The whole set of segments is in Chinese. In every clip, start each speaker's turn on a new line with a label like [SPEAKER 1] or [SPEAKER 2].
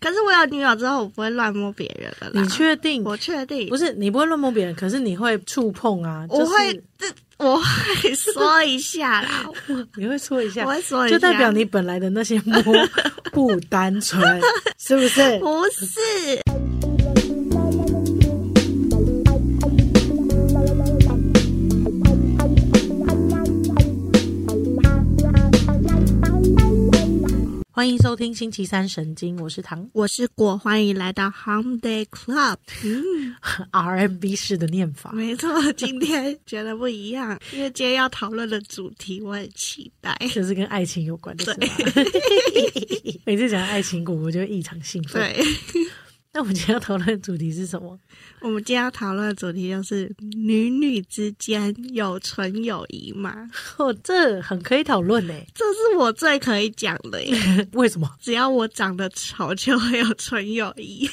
[SPEAKER 1] 可是我有女友之后，我不会乱摸别人了啦。
[SPEAKER 2] 你确定？
[SPEAKER 1] 我确定，
[SPEAKER 2] 不是你不会乱摸别人，可是你会触碰啊，
[SPEAKER 1] 我会
[SPEAKER 2] 就是
[SPEAKER 1] 这我会说一下 啦，
[SPEAKER 2] 你会说一下
[SPEAKER 1] 我，会说一下，
[SPEAKER 2] 啊就代表你本来的那些摸不单纯，是 不是？
[SPEAKER 1] 不是。
[SPEAKER 2] 欢迎收听星期三神经，我是唐
[SPEAKER 1] 我是果，欢迎来到 Home Day Club。嗯，
[SPEAKER 2] RMB 式的念法。
[SPEAKER 1] 没错，今天觉得不一样， 因为今天要讨论的主题我很期 待。
[SPEAKER 2] 就是跟爱情有关的事吧。 每次讲到爱情股，我就异常兴奋。
[SPEAKER 1] 对，
[SPEAKER 2] 那我们今天要讨论的主题是什么？
[SPEAKER 1] 我们今天要讨论的主题就是女女之间有纯友谊吗？
[SPEAKER 2] 哦，这很可以讨 论呢。
[SPEAKER 1] 这是我最可以讲的耶。
[SPEAKER 2] 为什么？
[SPEAKER 1] 只要我长得丑，就会有纯友谊。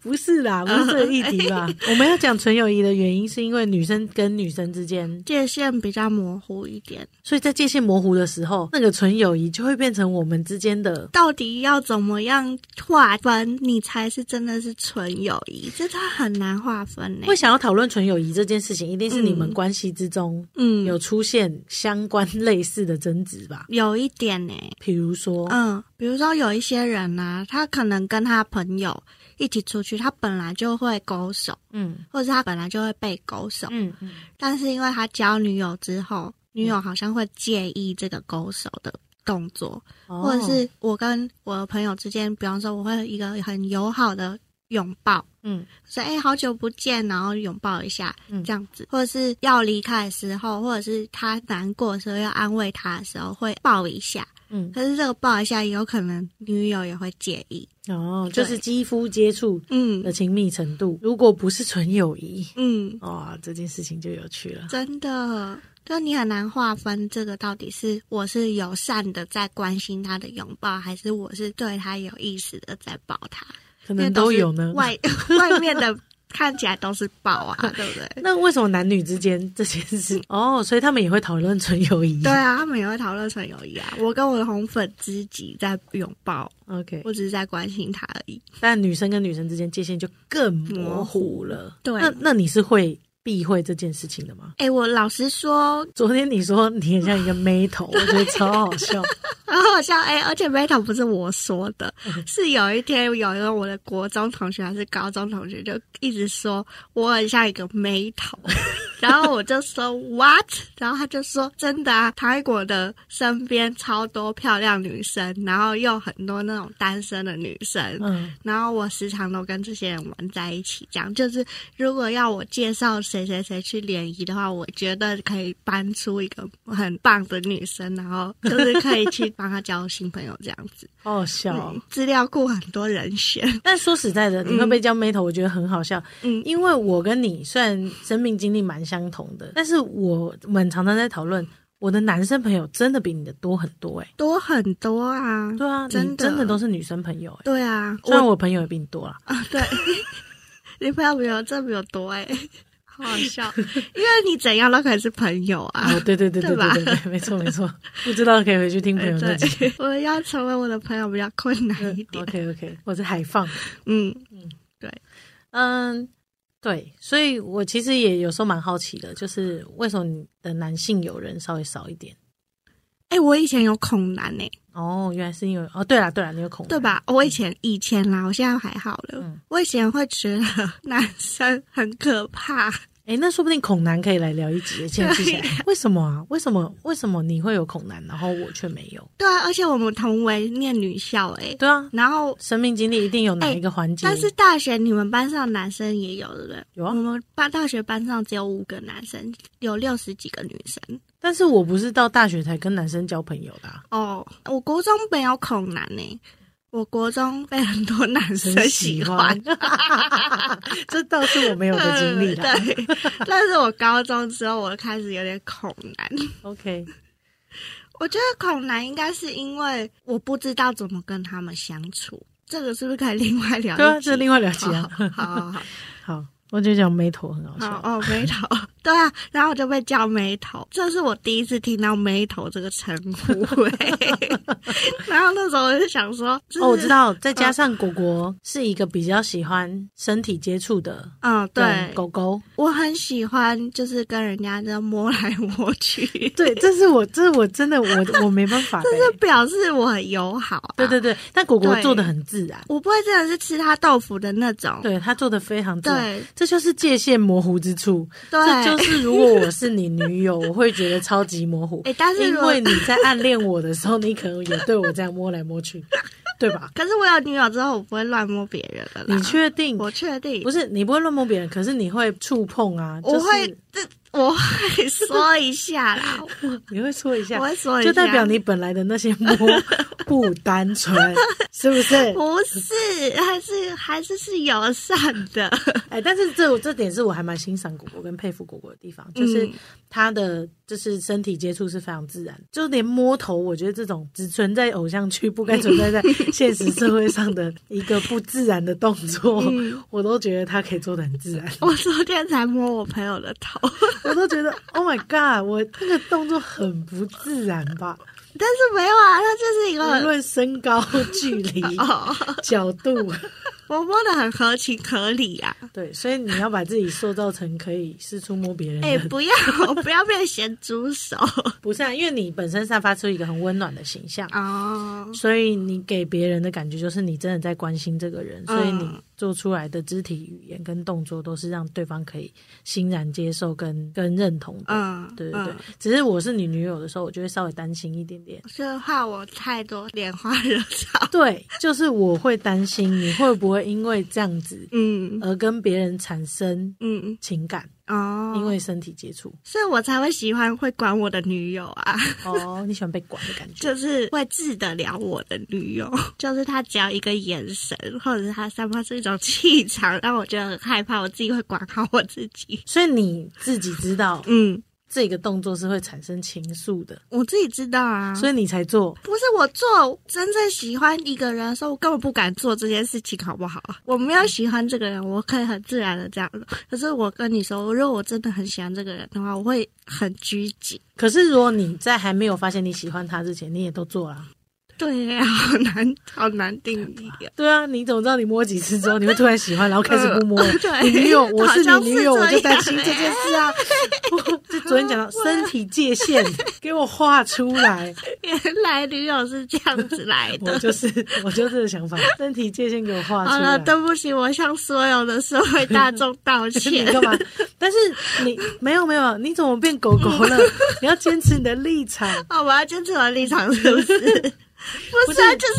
[SPEAKER 2] 不是啦，不是这个议 题吧？我们要讲纯友谊的原因，是因为女生跟女生之间，
[SPEAKER 1] 界限比较模糊一点，
[SPEAKER 2] 所以在界限模糊的时候，那个纯友谊就会变成我们之间的。
[SPEAKER 1] 到底要怎么样划分，你才是真的是纯友谊？这它很难划分呢
[SPEAKER 2] 会。想要讨论纯友谊这件事情，一定是你们
[SPEAKER 1] 嗯
[SPEAKER 2] 关系之中
[SPEAKER 1] 嗯，
[SPEAKER 2] 有出现相关 类似的争执吧？
[SPEAKER 1] 有一点呢、
[SPEAKER 2] 比如说，
[SPEAKER 1] 嗯，比如说有一些人呢、他可能跟他朋友一起出去，他本来就会勾手，
[SPEAKER 2] 嗯
[SPEAKER 1] 或者他本来就会被勾手，
[SPEAKER 2] 嗯嗯，
[SPEAKER 1] 但是因为他交女友之后，女友好像会介意这个勾手的动作，或者
[SPEAKER 2] 哦
[SPEAKER 1] 是我跟我的朋友之间，比方说我会有一个很友好的拥抱，
[SPEAKER 2] 嗯
[SPEAKER 1] 说哎、好久不见，然后拥抱一下，
[SPEAKER 2] 嗯
[SPEAKER 1] 这样子，或者是要离开的时候，或者是他难过的时候要安慰他的时候会抱一下，
[SPEAKER 2] 嗯
[SPEAKER 1] 可是这个抱一下有可能女友也会介意，
[SPEAKER 2] 哦，就是
[SPEAKER 1] 对
[SPEAKER 2] 肌肤接触的
[SPEAKER 1] 嗯
[SPEAKER 2] 亲密程度，如果不是纯友谊，
[SPEAKER 1] 嗯，
[SPEAKER 2] 哇，这件事情就有趣了。
[SPEAKER 1] 真的。就你很难划分这个到底是我是友善的在关心他的拥抱，还是我是对他有意识的在抱他，
[SPEAKER 2] 可
[SPEAKER 1] 因为
[SPEAKER 2] 能都
[SPEAKER 1] 是
[SPEAKER 2] 有呢。
[SPEAKER 1] 外 外面的看起来都是抱啊，对不对？
[SPEAKER 2] 那为什么男女之间这件 事？哦，所以他们也会讨论纯友谊。
[SPEAKER 1] 对啊，他们也会讨论纯友谊啊。我跟我的红粉知己在拥抱，
[SPEAKER 2] ，OK。
[SPEAKER 1] 我只是在关心他而已。
[SPEAKER 2] 但女生跟女生之间界限就更模糊了。
[SPEAKER 1] 对
[SPEAKER 2] 那那你是会避讳这件事情的吗？
[SPEAKER 1] 哎、我老实说，
[SPEAKER 2] 昨天你说你很像一个妹头，我觉得超 好笑。
[SPEAKER 1] 很好笑哎、而且 Meta 不是我说的，是有一天有一个我的国中同学还是高中同学就一直说我很像一个眉头，然后我就说 What？然后他就说真的啊，台国的身边超多漂亮女生，然后又很多那种单身的女生，
[SPEAKER 2] 嗯，
[SPEAKER 1] 然后我时常都跟这些人玩在一起，这样就是如果要我介绍谁谁谁去联谊的话，我觉得可以搬出一个很棒的女生，然后就是可以去帮她交新朋友这样 子。
[SPEAKER 2] 好好笑哦、
[SPEAKER 1] 嗯资料库很多啊人选，
[SPEAKER 2] 但说实在的，你会被叫妹头，我觉得很好笑。
[SPEAKER 1] 嗯
[SPEAKER 2] 因为我跟你虽然生命经历蛮相同的，但是我们常常在讨论，我的男生朋友真的比你的多很多哎、
[SPEAKER 1] 多很多啊。
[SPEAKER 2] 对啊，你
[SPEAKER 1] 真的
[SPEAKER 2] 真的都是女生朋友哎、
[SPEAKER 1] 对啊，
[SPEAKER 2] 虽然
[SPEAKER 1] 我
[SPEAKER 2] 我朋友也比你多啦，
[SPEAKER 1] 啊对，你朋友比我这比我多哎、 好好 笑，因为你怎样都可以是朋友 啊。
[SPEAKER 2] 哦，对对对对
[SPEAKER 1] 对吧
[SPEAKER 2] 对对，没错没错，不知道可以回去听朋友那集。
[SPEAKER 1] 对， 我要成为我的朋友比较困难一点。
[SPEAKER 2] OK OK，我是海放，
[SPEAKER 1] 嗯
[SPEAKER 2] 嗯，对，所以我其实也有时候蛮好奇的，就是为什么你的男性友人稍微少一点？
[SPEAKER 1] 哎、我以前有恐男哎、
[SPEAKER 2] 哦，原来是因为哦，对啦对啦，你有恐
[SPEAKER 1] 对吧？哦我以前以前啦，我现在还好了。
[SPEAKER 2] 嗯
[SPEAKER 1] 我以前会觉得 男生很可怕，
[SPEAKER 2] 哎，那说不定恐男可以来聊一集，现在记起来， 为什么啊？为什么为什么你会有恐男，然后我却没有？
[SPEAKER 1] 对啊，而且我们同为念女校哎、
[SPEAKER 2] 对啊，
[SPEAKER 1] 然后
[SPEAKER 2] 生命经历一定有哪
[SPEAKER 1] 哎
[SPEAKER 2] 一个环节？
[SPEAKER 1] 但是大学你们班上男生也有对不对？
[SPEAKER 2] 有啊
[SPEAKER 1] 我们班大学班上只有五个男生，有六十几个女生
[SPEAKER 2] 但是我不是到大学才跟男生交朋友的、啊，
[SPEAKER 1] 哦。我国中没有恐男呢、我国中被很多男生
[SPEAKER 2] 真
[SPEAKER 1] 喜
[SPEAKER 2] 欢
[SPEAKER 1] 欢。，
[SPEAKER 2] 这倒是我没有的经历啦。啊
[SPEAKER 1] 嗯对， 但是我高中之后，我开始有点恐男。
[SPEAKER 2] OK，
[SPEAKER 1] 我觉得恐男应该是因为我不知道怎么跟他们相处，这个是不是可以另外聊一集？
[SPEAKER 2] 对啊，这另外聊起啊。
[SPEAKER 1] 好好好
[SPEAKER 2] 好，我就讲眉头很好
[SPEAKER 1] 好
[SPEAKER 2] 笑。
[SPEAKER 1] 哦，没头。对啊，然后我就被叫眉头，这是我第一次听到眉头这个称呼、欸。然后那时候我就想说，
[SPEAKER 2] 哦，我知，道， 再加上果果是一个比较喜欢身体接触的
[SPEAKER 1] 嗯，
[SPEAKER 2] 嗯
[SPEAKER 1] 对，
[SPEAKER 2] 狗狗，
[SPEAKER 1] 我很喜欢，就是跟人家这样摸来摸去，
[SPEAKER 2] 对，这是我，这是我真的我我没办 法的、欸
[SPEAKER 1] 这表示我很友好、啊。
[SPEAKER 2] 对对对，但果果
[SPEAKER 1] 对
[SPEAKER 2] 做的很自然，
[SPEAKER 1] 我不会真的是吃他豆腐的那种。
[SPEAKER 2] 对他做的非常自然，
[SPEAKER 1] 对
[SPEAKER 2] 这就是界限模糊之处。
[SPEAKER 1] 对，
[SPEAKER 2] 这就是如果我是你女友，我会觉得超级模 糊。
[SPEAKER 1] 哎、但是
[SPEAKER 2] 因
[SPEAKER 1] 如果
[SPEAKER 2] 为你在暗恋我的时候，你可能也对我这样摸来摸去，对 吧？
[SPEAKER 1] 可是我有女友之后，我不会乱摸别人了啦。
[SPEAKER 2] 你确定？
[SPEAKER 1] 我确定，
[SPEAKER 2] 不是你不会乱摸别人，可是你会触碰啊，就
[SPEAKER 1] 我会
[SPEAKER 2] 是
[SPEAKER 1] 这我会说一下 啦，
[SPEAKER 2] 你会说一
[SPEAKER 1] 我
[SPEAKER 2] 下，
[SPEAKER 1] 会说一下，
[SPEAKER 2] 就代表你本来的那些摸不单纯，是不 是？
[SPEAKER 1] 不是，还是还是是友善的，
[SPEAKER 2] 哎，但是这这点是我还蛮欣赏果果跟佩服果果的地方， 就是
[SPEAKER 1] 嗯
[SPEAKER 2] 他的就是身体接触是非常自然，就连摸头，我觉得这种只存在偶像剧，不该存在在
[SPEAKER 1] 嗯
[SPEAKER 2] 现实社会上的一个不自然的动作，
[SPEAKER 1] 嗯
[SPEAKER 2] 我都觉得他可以做的很自然，
[SPEAKER 1] 我昨天才摸我朋友的头，
[SPEAKER 2] 我都觉得 Oh my God，我那个动作很不自然吧？
[SPEAKER 1] 但是没有啊， 那就是一
[SPEAKER 2] 无
[SPEAKER 1] 个
[SPEAKER 2] 论身高、 距离、
[SPEAKER 1] 哦，
[SPEAKER 2] 角度，
[SPEAKER 1] 我摸的很合情合理 啊。
[SPEAKER 2] 对，所以你要把自己塑造成可以四处摸别人的
[SPEAKER 1] 哎、不要 不要变咸猪手
[SPEAKER 2] 不是、啊，因为你本身散发出一个很温暖的形象，啊
[SPEAKER 1] 哦，
[SPEAKER 2] 所以你给别人的感觉就是你真的在关心这个人，
[SPEAKER 1] 嗯
[SPEAKER 2] 所以你做出来的肢体语言跟动作都是让对方可以欣然接受跟跟认同的。
[SPEAKER 1] 嗯
[SPEAKER 2] 对对对，
[SPEAKER 1] 嗯
[SPEAKER 2] 只是我是你女友的时候，我就会稍微担心一点点。
[SPEAKER 1] 这话我太多拈花惹草，
[SPEAKER 2] 对，就是我会担心你会不会因为这样子
[SPEAKER 1] 嗯
[SPEAKER 2] 而跟别人产生
[SPEAKER 1] 嗯
[SPEAKER 2] 情感，
[SPEAKER 1] 哦，
[SPEAKER 2] 因为身体接 触。
[SPEAKER 1] 所以我才会喜欢会管我的女友啊，
[SPEAKER 2] 哦，你喜欢被管的感觉。
[SPEAKER 1] 就是会治得了我的女友， 就是她只要一个眼神，或者是她散发出一种气场，让我觉得很害怕，我自己会管好我自己。
[SPEAKER 2] 所以你自己知道
[SPEAKER 1] 嗯，
[SPEAKER 2] 这个动作是会产生情愫的，
[SPEAKER 1] 我自己知道啊。
[SPEAKER 2] 所以你才做。
[SPEAKER 1] 不是我做真正喜欢一个人的时候，我根本不敢做这件事情，好不好？我没有喜欢这个人，我可以很自然的这样。可是我跟你说，如果我真的很喜欢这个人的话，我会很拘谨。
[SPEAKER 2] 可是如果你在还没有发现你喜欢他之前，你也都做啊了。
[SPEAKER 1] 对呀、好难，好难定义啊。
[SPEAKER 2] 对啊，你怎么知道你摸几次之后你会突然喜欢，然后开始 不摸了？
[SPEAKER 1] 呃对
[SPEAKER 2] 你女友，我
[SPEAKER 1] 好
[SPEAKER 2] 是
[SPEAKER 1] 像
[SPEAKER 2] 你女友，我就
[SPEAKER 1] 这样哎
[SPEAKER 2] 担心这件事 啊。我这昨天讲到身体界限，给我画出来，
[SPEAKER 1] 原来女友是这样子来
[SPEAKER 2] 我
[SPEAKER 1] 的。
[SPEAKER 2] 就是我就这个想法，身体界限给我画
[SPEAKER 1] 好
[SPEAKER 2] 出
[SPEAKER 1] 了，
[SPEAKER 2] 来。
[SPEAKER 1] 对不起，我向所有的社会大众道
[SPEAKER 2] 你
[SPEAKER 1] 歉。
[SPEAKER 2] 干嘛？但是你没有没有，你怎么变狗狗 了？你要坚持你的立场。
[SPEAKER 1] 哦，我要坚持我的立场，是不 是？不是啊，就是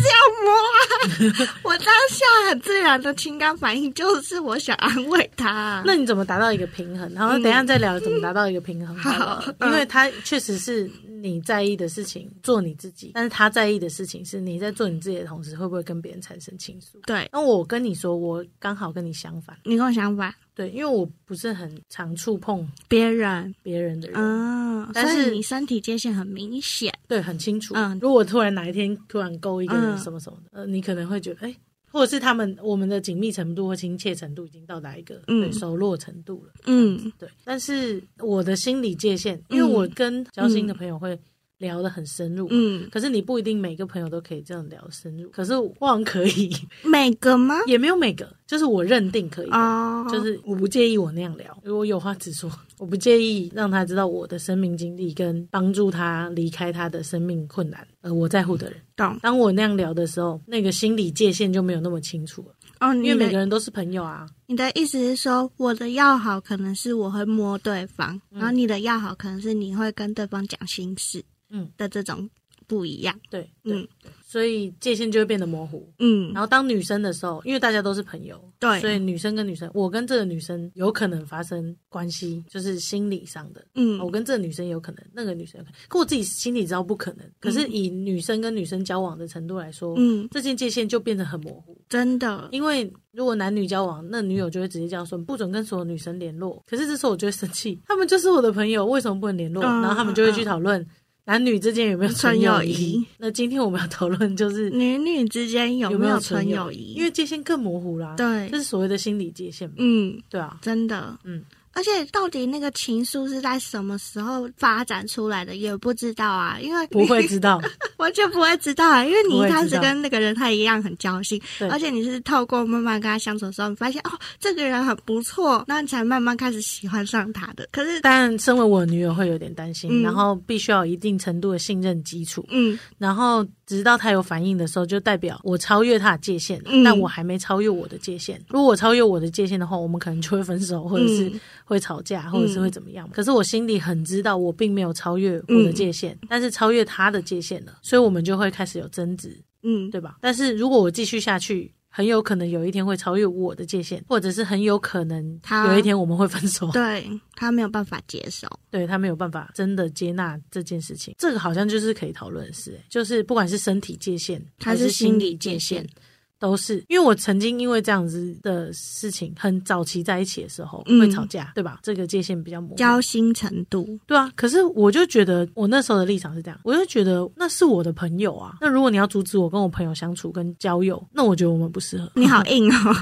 [SPEAKER 1] 要摸啊！ 我当下很自然的情感反应就是我想安慰他啊。
[SPEAKER 2] 那你怎么达到一个平衡？然后等一下再聊怎么达到一个平衡好了，
[SPEAKER 1] 嗯
[SPEAKER 2] 因为他确实是你在意的事情，做你自己，但是他在意的事情是你在做你自己的同时，会不会跟别人产生情愫？
[SPEAKER 1] 对
[SPEAKER 2] 那我跟你说，我刚好跟你相反，
[SPEAKER 1] 你跟我想法，
[SPEAKER 2] 对，因为我不是很常触碰
[SPEAKER 1] 别人，
[SPEAKER 2] 别人的人，
[SPEAKER 1] 嗯，
[SPEAKER 2] 但
[SPEAKER 1] 所以
[SPEAKER 2] 是
[SPEAKER 1] 你身体界限很明显，
[SPEAKER 2] 对，很清楚。
[SPEAKER 1] 嗯
[SPEAKER 2] 如果突然哪一天突然勾一个人
[SPEAKER 1] 嗯
[SPEAKER 2] 什么什么的，呃，你可能会觉得，哎、或者是他们我们的紧密程度或亲切程度已经到达一个、
[SPEAKER 1] 嗯
[SPEAKER 2] 对熟络程度了。
[SPEAKER 1] 嗯
[SPEAKER 2] 对，但是我的心理界限，因为我跟交心的朋友会聊得很深入，
[SPEAKER 1] 嗯，
[SPEAKER 2] 可是你不一定每个朋友都可以这样聊深入，可是我好像可以，
[SPEAKER 1] 每个吗？
[SPEAKER 2] 也没有每个，就是我认定可以的。
[SPEAKER 1] 哦，
[SPEAKER 2] 就是我不介意我那样聊，如果有话直说，我不介意让他知道我的生命经历跟帮助他离开他的生命困难，呃，我在乎的人。
[SPEAKER 1] 懂
[SPEAKER 2] 当我那样聊的时候，那个心理界限就没有那么清楚了，
[SPEAKER 1] 哦。
[SPEAKER 2] 因
[SPEAKER 1] 你
[SPEAKER 2] 为
[SPEAKER 1] 的
[SPEAKER 2] 每个人都是朋友啊。
[SPEAKER 1] 你的意思是说，我的要好可能是我会摸对方，然后你的要好可能是你会跟对方讲心事，
[SPEAKER 2] 嗯
[SPEAKER 1] 的这种不一样。
[SPEAKER 2] 对，对，
[SPEAKER 1] 嗯
[SPEAKER 2] 所以界限就会变得模糊。
[SPEAKER 1] 嗯
[SPEAKER 2] 然后当女生的时候，因为大家都是朋友，
[SPEAKER 1] 对
[SPEAKER 2] 所以女生跟女生，我跟这个女生有可能发生关系，就是心理上的。我
[SPEAKER 1] 嗯
[SPEAKER 2] 跟这个女生有可能，那个女生有可能，可我自己心里知道不可能。可是以女生跟女生交往的程度来说，
[SPEAKER 1] 嗯，
[SPEAKER 2] 这件界限就变得很模糊。
[SPEAKER 1] 真的
[SPEAKER 2] 因为如果男女交往，那女友就会直接这样说：“你不准跟所有女生联络。”可是这时候我就会生气，他们就是我的朋友，为什么不能联络？
[SPEAKER 1] 嗯
[SPEAKER 2] 然后他们就会去讨论男女之间有没有纯
[SPEAKER 1] 纯友
[SPEAKER 2] 友
[SPEAKER 1] 谊嗯
[SPEAKER 2] 谊。那今天我们要讨论就是
[SPEAKER 1] 女女之间有没
[SPEAKER 2] 有
[SPEAKER 1] 有
[SPEAKER 2] 纯
[SPEAKER 1] 纯
[SPEAKER 2] 友
[SPEAKER 1] 友谊？
[SPEAKER 2] 因为界限更模糊啦。
[SPEAKER 1] 对
[SPEAKER 2] 这是所谓的心理界限嘛。
[SPEAKER 1] 嗯，
[SPEAKER 2] 对啊，
[SPEAKER 1] 真的
[SPEAKER 2] 嗯。
[SPEAKER 1] 而且到底那个情书是在什么时候发展出来的，也不知道啊，因为
[SPEAKER 2] 不会 知道，
[SPEAKER 1] 完全不会知道啊，因为你
[SPEAKER 2] 不会
[SPEAKER 1] 一
[SPEAKER 2] 知道
[SPEAKER 1] 开始跟那个人他一样很交心
[SPEAKER 2] 对，
[SPEAKER 1] 而且你是透过慢慢跟他相处的时候，你发现哦，这个人很不错，那你才慢慢开始喜欢上他的。可是，
[SPEAKER 2] 但身为我的女友会有点担心，
[SPEAKER 1] 嗯
[SPEAKER 2] 然后必须要有一定程度的信任基础，
[SPEAKER 1] 嗯
[SPEAKER 2] 然后直到他有反应的时候，就代表我超越他的界限了，
[SPEAKER 1] 嗯
[SPEAKER 2] 但我还没超越我的界限。如果我超越我的界限的话，我们可能就会分手，或者是
[SPEAKER 1] 嗯
[SPEAKER 2] 会吵架，或者是会怎么样。可是我心里很知道，我并没有超越我
[SPEAKER 1] 嗯
[SPEAKER 2] 的界限，但是超越他的界限了，所以我们就会开始有争执，
[SPEAKER 1] 嗯，
[SPEAKER 2] 对吧？但是如果我继续下去。很有可能有一天会超越我的界限，或者是很有可能
[SPEAKER 1] 他
[SPEAKER 2] 有一天我们会分手。
[SPEAKER 1] 对他没有办法接受。
[SPEAKER 2] 对他没有办法真的接纳这件事情，这个好像就是可以讨论的事，欸就是不管是身体界限
[SPEAKER 1] 还
[SPEAKER 2] 还
[SPEAKER 1] 是
[SPEAKER 2] 是心
[SPEAKER 1] 心
[SPEAKER 2] 理
[SPEAKER 1] 理界
[SPEAKER 2] 界限
[SPEAKER 1] 限，
[SPEAKER 2] 都是因为我曾经因为这样子的事情，很早期在一起的时候
[SPEAKER 1] 嗯
[SPEAKER 2] 会吵架，对吧？这个界限比较模糊。
[SPEAKER 1] 交心程 度，
[SPEAKER 2] 对啊，可是我就觉得我那时候的立场是这样，我就觉得那是我的朋友啊，那如果你要阻止我跟我朋友相处跟交友，那我觉得我们不适合。
[SPEAKER 1] 你好硬 哦。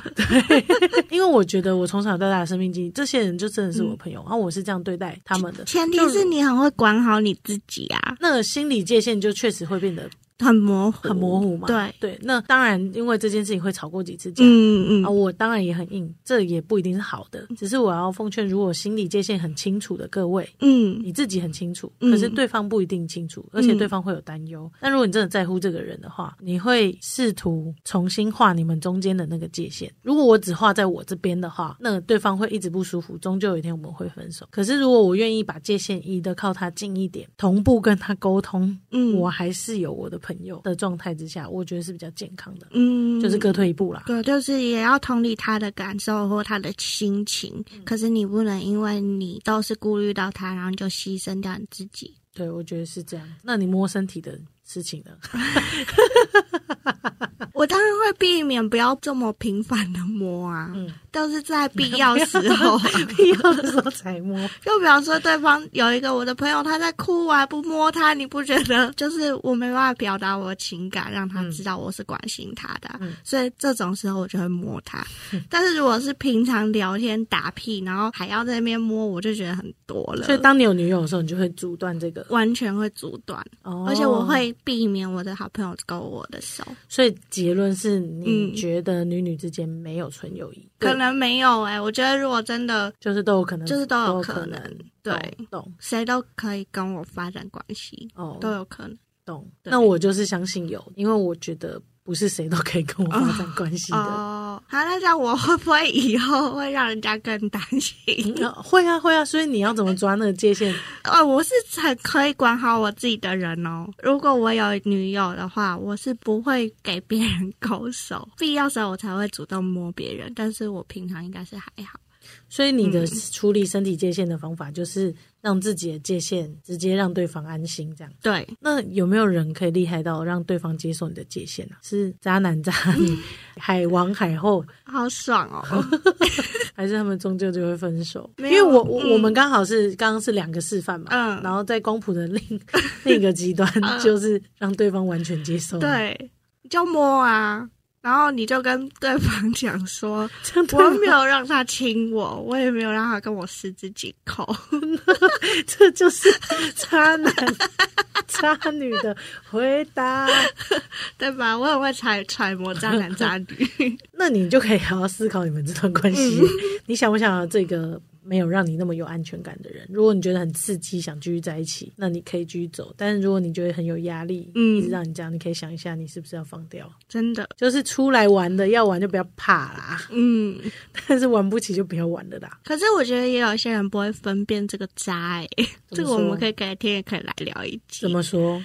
[SPEAKER 2] 因为我觉得我从小到大的生命经历，这些人就真的是我朋友，
[SPEAKER 1] 嗯
[SPEAKER 2] 然后我是这样对待他们的。
[SPEAKER 1] 前提是你很会管好你自己啊，
[SPEAKER 2] 那个心理界限就确实会变得
[SPEAKER 1] 很模糊，
[SPEAKER 2] 很模糊嘛。
[SPEAKER 1] 对，
[SPEAKER 2] 对，那当然，因为这件事情会吵过几次架。
[SPEAKER 1] 嗯
[SPEAKER 2] 啊，
[SPEAKER 1] 嗯
[SPEAKER 2] 我当然也很硬，这也不一定是好的。只是我要奉劝，如果心理界限很清楚的各位，
[SPEAKER 1] 嗯，
[SPEAKER 2] 你自己很清楚，
[SPEAKER 1] 嗯
[SPEAKER 2] 可是对方不一定清楚，而且
[SPEAKER 1] 嗯
[SPEAKER 2] 对方会有担忧。但如果你真的在乎这个人的话，你会试图重新画你们中间的那个界限。如果我只画在我这边的话，那对方会一直不舒服，终究有一天我们会分手。可是如果我愿意把界限移得靠他近一点，同步跟他沟通，
[SPEAKER 1] 嗯
[SPEAKER 2] 我还是有我的朋友的状态之下，我觉得是比较健康的，
[SPEAKER 1] 嗯，
[SPEAKER 2] 就是各退一步啦。
[SPEAKER 1] 对，就是也要同理他的感受或他的心情，
[SPEAKER 2] 嗯
[SPEAKER 1] 可是你不能因为你都是顾虑到他，然后你就牺牲掉你自己。
[SPEAKER 2] 对，我觉得是这样。那你摸身体的事情 呢？ 嗯
[SPEAKER 1] 我当然会避免不要这么频繁的摸啊，
[SPEAKER 2] 嗯
[SPEAKER 1] 都是 在必要时候啊。
[SPEAKER 2] 必要的时候才摸，
[SPEAKER 1] 就比方说，对方有一个我的朋友他在哭，我还不摸他，你不觉得 就是我没办法表达我的情感，让他知道我是关心他的啊，
[SPEAKER 2] 嗯
[SPEAKER 1] 所以这种时候我就会摸他。但是如果是平常聊天打屁，然后还要在那边摸，我就觉得很多了
[SPEAKER 2] 所。以当你有女友的时候，你就会阻断这个。
[SPEAKER 1] 完全会阻断，
[SPEAKER 2] 哦
[SPEAKER 1] 而且我，会避免我的好朋友勾我的手，
[SPEAKER 2] 所以结论是你
[SPEAKER 1] 嗯
[SPEAKER 2] 觉得女女之间没有纯友谊，
[SPEAKER 1] 可
[SPEAKER 2] 对
[SPEAKER 1] 能没有哎、我觉得如果真的
[SPEAKER 2] 就是都有可能，
[SPEAKER 1] 就是都有
[SPEAKER 2] 有
[SPEAKER 1] 可能
[SPEAKER 2] 能，
[SPEAKER 1] 对
[SPEAKER 2] 懂，懂
[SPEAKER 1] 谁都可以跟我发展关系，
[SPEAKER 2] 哦，
[SPEAKER 1] 都有可能
[SPEAKER 2] 懂。
[SPEAKER 1] 对
[SPEAKER 2] 那我就是相信有，因为我觉得不是谁都可以跟我发展关系的。
[SPEAKER 1] 哦。好，那这样我会不会以后会让人家更担心？
[SPEAKER 2] 嗯会啊，会啊，所以你要怎么抓那个界限？
[SPEAKER 1] 哦，我是很可以管好我自己的人哦。如果我有女友的话，我是不会给别人勾手， 必要时候我才会主动摸别人，但是我平常应该是还好。
[SPEAKER 2] 所以你的处理身体界限的方法就是让自己的界限直接让对方安心，这样。
[SPEAKER 1] 对，
[SPEAKER 2] 那有没有人可以厉害到让对方接受你的界限呢、啊？是渣男、渣 女、海王、海后，
[SPEAKER 1] 好爽哦。
[SPEAKER 2] 还是他们终究就会分手？因
[SPEAKER 1] 没
[SPEAKER 2] 为
[SPEAKER 1] 有
[SPEAKER 2] 我我、
[SPEAKER 1] 嗯
[SPEAKER 2] 我们刚好是刚刚是两个示范嘛，
[SPEAKER 1] 嗯
[SPEAKER 2] 然后在光谱 的另另一个极端
[SPEAKER 1] 嗯
[SPEAKER 2] 就是让对方完全接受，，
[SPEAKER 1] 对，你就摸啊，然后你就跟对方讲说，
[SPEAKER 2] 这 样对
[SPEAKER 1] 我
[SPEAKER 2] 方
[SPEAKER 1] 没有让他亲我，我也没有让他跟我十指紧扣。
[SPEAKER 2] 这就是渣男 渣女的回答。
[SPEAKER 1] 对吧？我很会揣揣摩渣男渣 女。
[SPEAKER 2] 那你就可以好好思考你们这段关系。
[SPEAKER 1] 嗯
[SPEAKER 2] 你想不想要这个没有让你那么有安全感的人？如果你觉得很刺激，想继续在一起，那你可以继续走。但是如果你觉得很有压力，
[SPEAKER 1] 嗯
[SPEAKER 2] 一直让你这样，你可以想一下，你是不是要放掉？
[SPEAKER 1] 真的，
[SPEAKER 2] 就是出来玩的，要玩就不要怕啦，
[SPEAKER 1] 嗯。
[SPEAKER 2] 但是玩不起就不要玩了啦。
[SPEAKER 1] 可是我觉得也有些人不会分辨这个渣、欸， 这
[SPEAKER 2] 怎么说
[SPEAKER 1] 个我们可以改天也可以来聊一集
[SPEAKER 2] 怎。么说？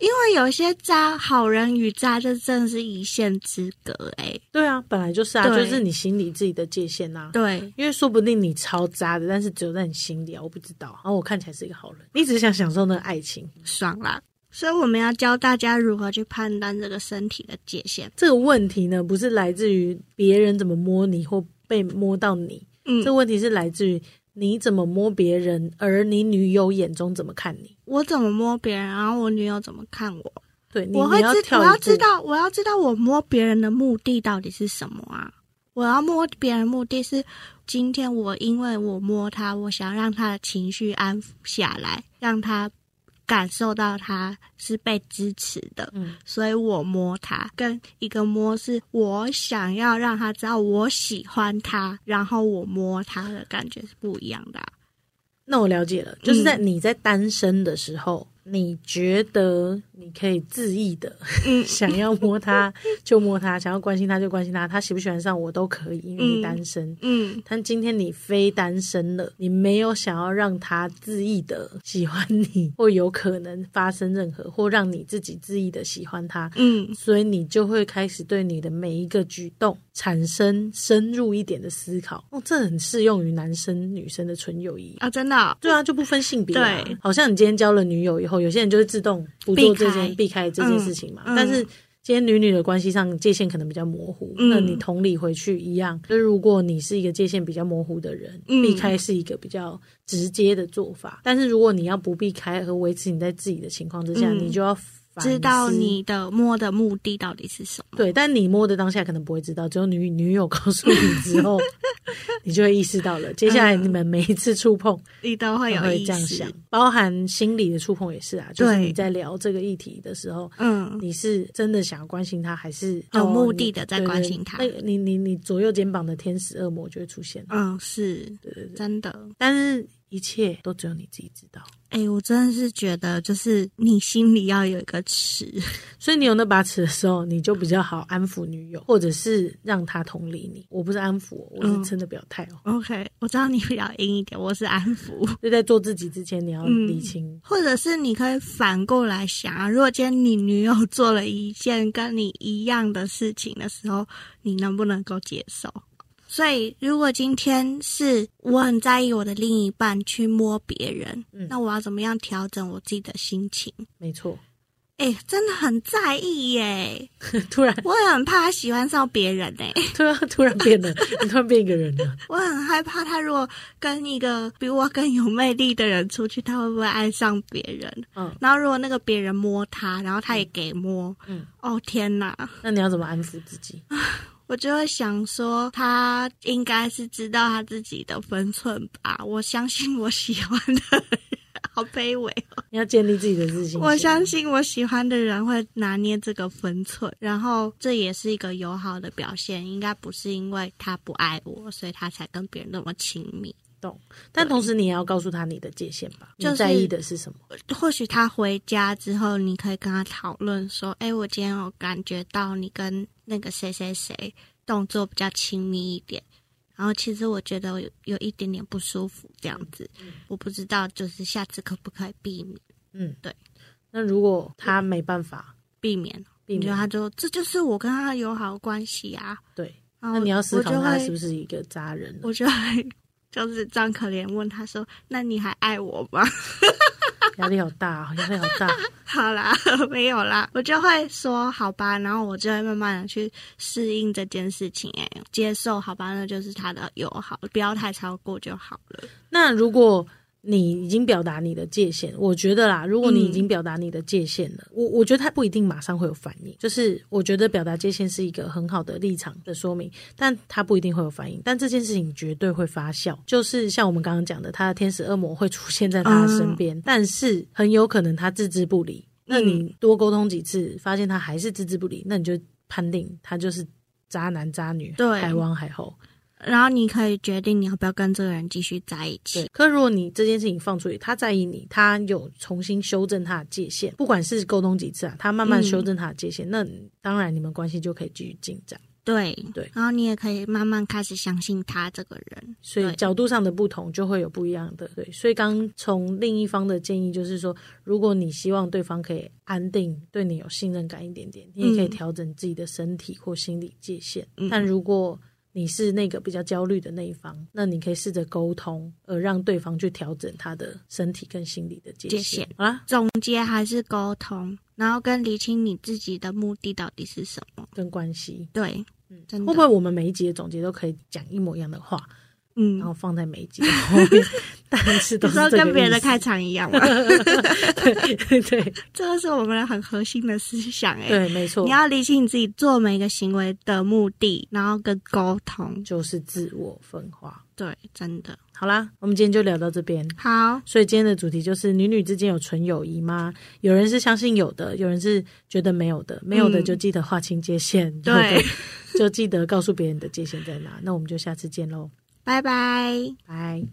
[SPEAKER 1] 因为有些渣，好人与渣，这真的是一线之隔、欸，
[SPEAKER 2] 对啊，本来就是啊，就
[SPEAKER 1] 对
[SPEAKER 2] 是你心里自己的界限啊。
[SPEAKER 1] 对，
[SPEAKER 2] 因为说不定你超渣的，但是只有在你心里啊，我不知道。然后我看起来是一个好人，你只是想享受那个爱情。
[SPEAKER 1] 爽啦。所以我们要教大家如何去判断这个身体的界限。
[SPEAKER 2] 这个问题呢，不是来自于别人怎么摸你或被摸到你，
[SPEAKER 1] 嗯
[SPEAKER 2] 这个问题是来自于你怎么摸别人，而你女友眼中怎么看你。
[SPEAKER 1] 我怎么摸别人，然后我女友怎么看我，
[SPEAKER 2] 对，你
[SPEAKER 1] 我会
[SPEAKER 2] 你要
[SPEAKER 1] 知
[SPEAKER 2] 跳
[SPEAKER 1] 我
[SPEAKER 2] 一
[SPEAKER 1] 要
[SPEAKER 2] 步
[SPEAKER 1] 知道我要知道我摸别人的目的到底是什么啊？我要摸别人的目的是，今天我因为我摸他，我想让他的情绪安抚下来，让他感受到他是被支持的，
[SPEAKER 2] 嗯
[SPEAKER 1] 所以我摸他。跟一个摸是我想要让他知道我喜欢他，然后我摸他的感觉是不一样的啊、
[SPEAKER 2] 那我了解了，就是在你在单身的时候，你觉得你可以恣意的、 想要摸他就摸他，想要关心他就关心他，他喜不喜欢上我都可以，因为你
[SPEAKER 1] 嗯
[SPEAKER 2] 单身。
[SPEAKER 1] 嗯，
[SPEAKER 2] 但今天你非单身了，你没有想要让他恣意的喜欢你，或有可能发生任何，或让你自己恣意的喜欢他，
[SPEAKER 1] 嗯
[SPEAKER 2] 所以你就会开始对你的每一个举动产生深入一点的思考。哦，这很适用于男生女生的纯友谊。
[SPEAKER 1] 啊、真的哦、
[SPEAKER 2] 对啊，就不分性别、啊。
[SPEAKER 1] 对
[SPEAKER 2] 好像你今天交了女友以后，有些人就会自动不做这件避
[SPEAKER 1] 避
[SPEAKER 2] 开这件事情嘛。
[SPEAKER 1] 嗯嗯
[SPEAKER 2] 但是今天女女的关系上界限可能比较模糊，
[SPEAKER 1] 嗯
[SPEAKER 2] 那你同理回去一样，就是如果你是一个界限比较模糊的人，
[SPEAKER 1] 嗯
[SPEAKER 2] 避开是一个比较直接的做法。但是如果你要不避开和维持你在自己的情况之下，
[SPEAKER 1] 嗯
[SPEAKER 2] 你就要反思
[SPEAKER 1] 知道你的摸的目的到底是什么。
[SPEAKER 2] 对，但你摸的当下可能不会知道，只有女女友告诉你之 后，你就会意识到了。接下来你们每一次触碰，
[SPEAKER 1] 你都会
[SPEAKER 2] 我
[SPEAKER 1] 有
[SPEAKER 2] 会
[SPEAKER 1] 意
[SPEAKER 2] 这样
[SPEAKER 1] 识
[SPEAKER 2] 想，包含心理的触碰也是啊，就是
[SPEAKER 1] 对
[SPEAKER 2] 你在聊这个议题的时候。
[SPEAKER 1] 嗯，
[SPEAKER 2] 你是真的想要关心他，还是
[SPEAKER 1] 有
[SPEAKER 2] 哦
[SPEAKER 1] 目
[SPEAKER 2] 你
[SPEAKER 1] 的地在
[SPEAKER 2] 对对
[SPEAKER 1] 关心他
[SPEAKER 2] 那个你你你左右肩膀的天使恶魔就会出现，
[SPEAKER 1] 嗯，是真的。
[SPEAKER 2] 但是一切都只有你自己知道。
[SPEAKER 1] 哎、我真的是觉得，就是你心里要有一个尺。
[SPEAKER 2] 所以你有那把尺的时候，你就比较好安抚女友，或者是让她同理你。我不是安抚哦，我是
[SPEAKER 1] 嗯
[SPEAKER 2] 真的表态哦。
[SPEAKER 1] OK，我知道你比较硬一点，我是安抚。
[SPEAKER 2] 就在做自己之前，你要
[SPEAKER 1] 嗯
[SPEAKER 2] 理清。
[SPEAKER 1] 或者是你可以反过来想啊，如果今天你女友做了一件跟你一样的事情的时候，你能不能够接受？所以，如果今天是我很在意我的另一半去摸别人，
[SPEAKER 2] 嗯
[SPEAKER 1] 那我要怎么样调整我自己的心情？
[SPEAKER 2] 没错，
[SPEAKER 1] 哎、真的很在意耶，
[SPEAKER 2] 突然
[SPEAKER 1] 我也很怕他喜欢上别人呢，
[SPEAKER 2] 突然突然变了，你突然变一个人了。
[SPEAKER 1] 我很害怕他如果跟一个比我更有魅力的人出去，他会不会爱上别人？
[SPEAKER 2] 嗯，
[SPEAKER 1] 然后如果那个别人摸他，然后他也给摸，
[SPEAKER 2] 嗯
[SPEAKER 1] 嗯，哦天哪！
[SPEAKER 2] 那你要怎么安抚自己？
[SPEAKER 1] 我就会想说，他应该是知道他自己的分寸吧。我相信我喜欢的人，好卑微哦。
[SPEAKER 2] 你要建立自己的自信心。
[SPEAKER 1] 我相信我喜欢的人会拿捏这个分寸，然后这也是一个友好的表现，应该不是因为他不爱我，所以他才跟别人那么亲密。
[SPEAKER 2] 懂，但同时你也要告诉他你的界限吧，
[SPEAKER 1] 就是
[SPEAKER 2] 你在意的是什么？
[SPEAKER 1] 或许他回家之后，你可以跟他讨论说：“哎、我今天有感觉到你跟那个谁谁谁动作比较亲密一点，然后其实我觉得我有有一点点不舒服，这样子，我不知道就是下次可不可以避免
[SPEAKER 2] 嗯，
[SPEAKER 1] 对。
[SPEAKER 2] 那如果他没办法
[SPEAKER 1] 避免？”
[SPEAKER 2] 避
[SPEAKER 1] 你觉
[SPEAKER 2] 免
[SPEAKER 1] 得，他就这就是我跟他的友好关系啊？
[SPEAKER 2] 对，
[SPEAKER 1] 然后
[SPEAKER 2] 那你要思考
[SPEAKER 1] 我就
[SPEAKER 2] 他
[SPEAKER 1] 会
[SPEAKER 2] 是不是一个渣人。哦
[SPEAKER 1] 我就会 就是装可怜问他说：“那你还爱我吗？”
[SPEAKER 2] 压力好大，哦压力好大。
[SPEAKER 1] 好啦，没有啦，我就会说好吧，然后我就会慢慢的去适应这件事情、哎，接受好吧，那就是他的友好，不要太超过就好了。
[SPEAKER 2] 那如果你已经表达你的界限，我觉得啦，如果你已经表达你的界限了，我我觉得他不一定马上会有反应，就是我觉得表达界限是一个很好的立场的说明，但他不一定会有反应，但这件事情绝对会发酵，就是像我们刚刚讲的，他的天使恶魔会出现在他的身边，但是很有可能他置之不理。那你多沟通几次，发现他还是置之不理，那你就判定他就是渣男渣女，
[SPEAKER 1] 对
[SPEAKER 2] 海王海后。
[SPEAKER 1] 然后你可以决定你要不要跟这个人继续在一起
[SPEAKER 2] 对。，可如果你这件事情放出去，他在意你，他有重新修正他的界限，不管是沟通几次啊，他慢
[SPEAKER 1] 嗯
[SPEAKER 2] 慢修正他的界限，那当然你们关系就可以继续进展。
[SPEAKER 1] 对
[SPEAKER 2] 对
[SPEAKER 1] 然后你也可以慢慢开始相信他这个人。
[SPEAKER 2] 所以
[SPEAKER 1] 对
[SPEAKER 2] 角度上的不同就会有不一样的对。所以刚从另一方的建议就是说，如果你希望对方可以安定，对你有信任感一点点，你也可以
[SPEAKER 1] 嗯
[SPEAKER 2] 调整自己的身体或心理界限。
[SPEAKER 1] 嗯
[SPEAKER 2] 但如果你是那个比较焦虑的那一方，那你可以试着沟通，而让对方去调整他的身体跟心理的界限。
[SPEAKER 1] 界限
[SPEAKER 2] 好啦，
[SPEAKER 1] 总结还是沟通，然后跟理清你自己的目的到底是什么。
[SPEAKER 2] 跟关系，
[SPEAKER 1] 对，真的
[SPEAKER 2] 嗯会不会我们每一集的总结都可以讲一模一样的话？
[SPEAKER 1] 嗯
[SPEAKER 2] 然，后放在美 睫后面，但是都
[SPEAKER 1] 就是说
[SPEAKER 2] 这个
[SPEAKER 1] 跟别人的
[SPEAKER 2] 意思
[SPEAKER 1] 开场一样嘛，啊
[SPEAKER 2] 对对
[SPEAKER 1] 这个是我们的很核心的思想 哎、
[SPEAKER 2] 对，没错
[SPEAKER 1] 你，要理清你自己做每个行为的目的，然后跟沟通。
[SPEAKER 2] 就是自我分化。
[SPEAKER 1] 对，真的
[SPEAKER 2] 好啦，我们今天就聊到这边。
[SPEAKER 1] 好，
[SPEAKER 2] 所以今天的主题就是女女之间有纯友谊吗？有人是相信有的，有人是觉得没有的，没有的就记得划清界限，有的
[SPEAKER 1] 嗯 对，
[SPEAKER 2] 就记得告诉别人的界限在哪。那我们就下次见喽，
[SPEAKER 1] 拜拜。
[SPEAKER 2] 拜。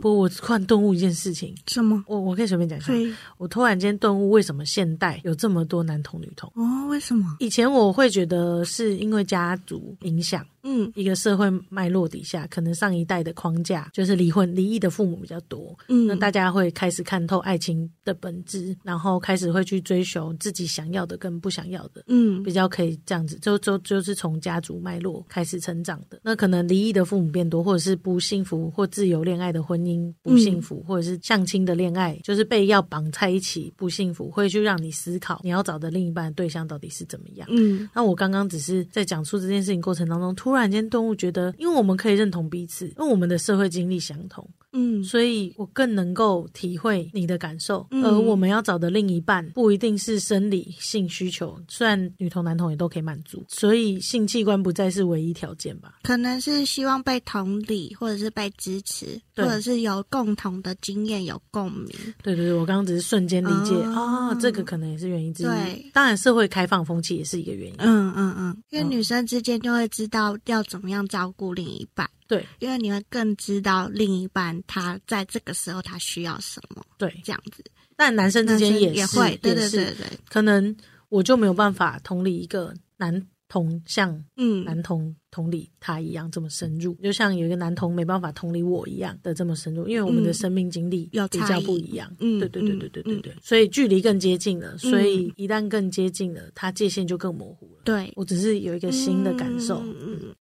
[SPEAKER 2] 不，我突然顿悟一件事情，
[SPEAKER 1] 什么？
[SPEAKER 2] 我我可以随便讲一下
[SPEAKER 1] 所。以
[SPEAKER 2] 我突然间顿悟，为什么现代有这么多男童女童？
[SPEAKER 1] 哦，为什么？
[SPEAKER 2] 以前我会觉得是因为家族影响，
[SPEAKER 1] 嗯
[SPEAKER 2] 一个社会脉络底下，可能上一代的框架就是离婚、离异的父母比较多，
[SPEAKER 1] 嗯，
[SPEAKER 2] 那大家会开始看透爱情的本质，然后开始会去追求自己想要的跟不想要的。
[SPEAKER 1] 嗯
[SPEAKER 2] 比较可以这样子，就就就是从家族脉络开始成长的。那可能离异的父母变多，或者是不幸福或自由恋爱的婚姻不幸福，或者是相亲的恋爱，就是被要绑在一起不幸福，会去让你思考你要找的另一半的对象到底是怎么样。
[SPEAKER 1] 嗯
[SPEAKER 2] 那我刚刚只是在讲述这件事情过程当中，突然间顿悟，觉得因为我们可以认同彼此，因为我们的社会经历相同，
[SPEAKER 1] 嗯
[SPEAKER 2] 所以我更能够体会你的感受。
[SPEAKER 1] 嗯
[SPEAKER 2] 而我们要找的另一半不一定是生理性需求，虽然女童男童也都可以满足，所以性器官不再是唯一条件吧。
[SPEAKER 1] 可能是希望被同理，或者是被支持，
[SPEAKER 2] 对
[SPEAKER 1] 或者是有共同的经验，有共鸣。
[SPEAKER 2] 对对对，我刚刚只是瞬间理解啊、
[SPEAKER 1] 哦
[SPEAKER 2] 这个可能也是原因之一
[SPEAKER 1] 对。
[SPEAKER 2] 当然，社会开放风气也是一个原因。
[SPEAKER 1] 嗯嗯嗯，因为
[SPEAKER 2] 嗯
[SPEAKER 1] 女生之间就会知道要怎么样照顾另一半，
[SPEAKER 2] 对
[SPEAKER 1] 因为你会更知道另一半他在这个时候他需要什么，
[SPEAKER 2] 对，
[SPEAKER 1] 这样子。
[SPEAKER 2] 但男生之间
[SPEAKER 1] 男生
[SPEAKER 2] 也
[SPEAKER 1] 也
[SPEAKER 2] 是
[SPEAKER 1] 会，对对
[SPEAKER 2] 也是
[SPEAKER 1] 对对，
[SPEAKER 2] 可能我就没有办法同理一个男同像
[SPEAKER 1] 嗯
[SPEAKER 2] 男同同理他一样这么深入，就像有一个男同没办法同理我一样的这么深入，因为我们的
[SPEAKER 1] 嗯
[SPEAKER 2] 生命经历
[SPEAKER 1] 有
[SPEAKER 2] 比
[SPEAKER 1] 差
[SPEAKER 2] 较
[SPEAKER 1] 异
[SPEAKER 2] 不一样。
[SPEAKER 1] 嗯
[SPEAKER 2] 对对对对对对
[SPEAKER 1] 嗯
[SPEAKER 2] 对，所以距离更接近了，所以一旦更接近了，它界限就更模糊了。
[SPEAKER 1] 嗯对，
[SPEAKER 2] 我只是有一个新的感受，
[SPEAKER 1] 嗯嗯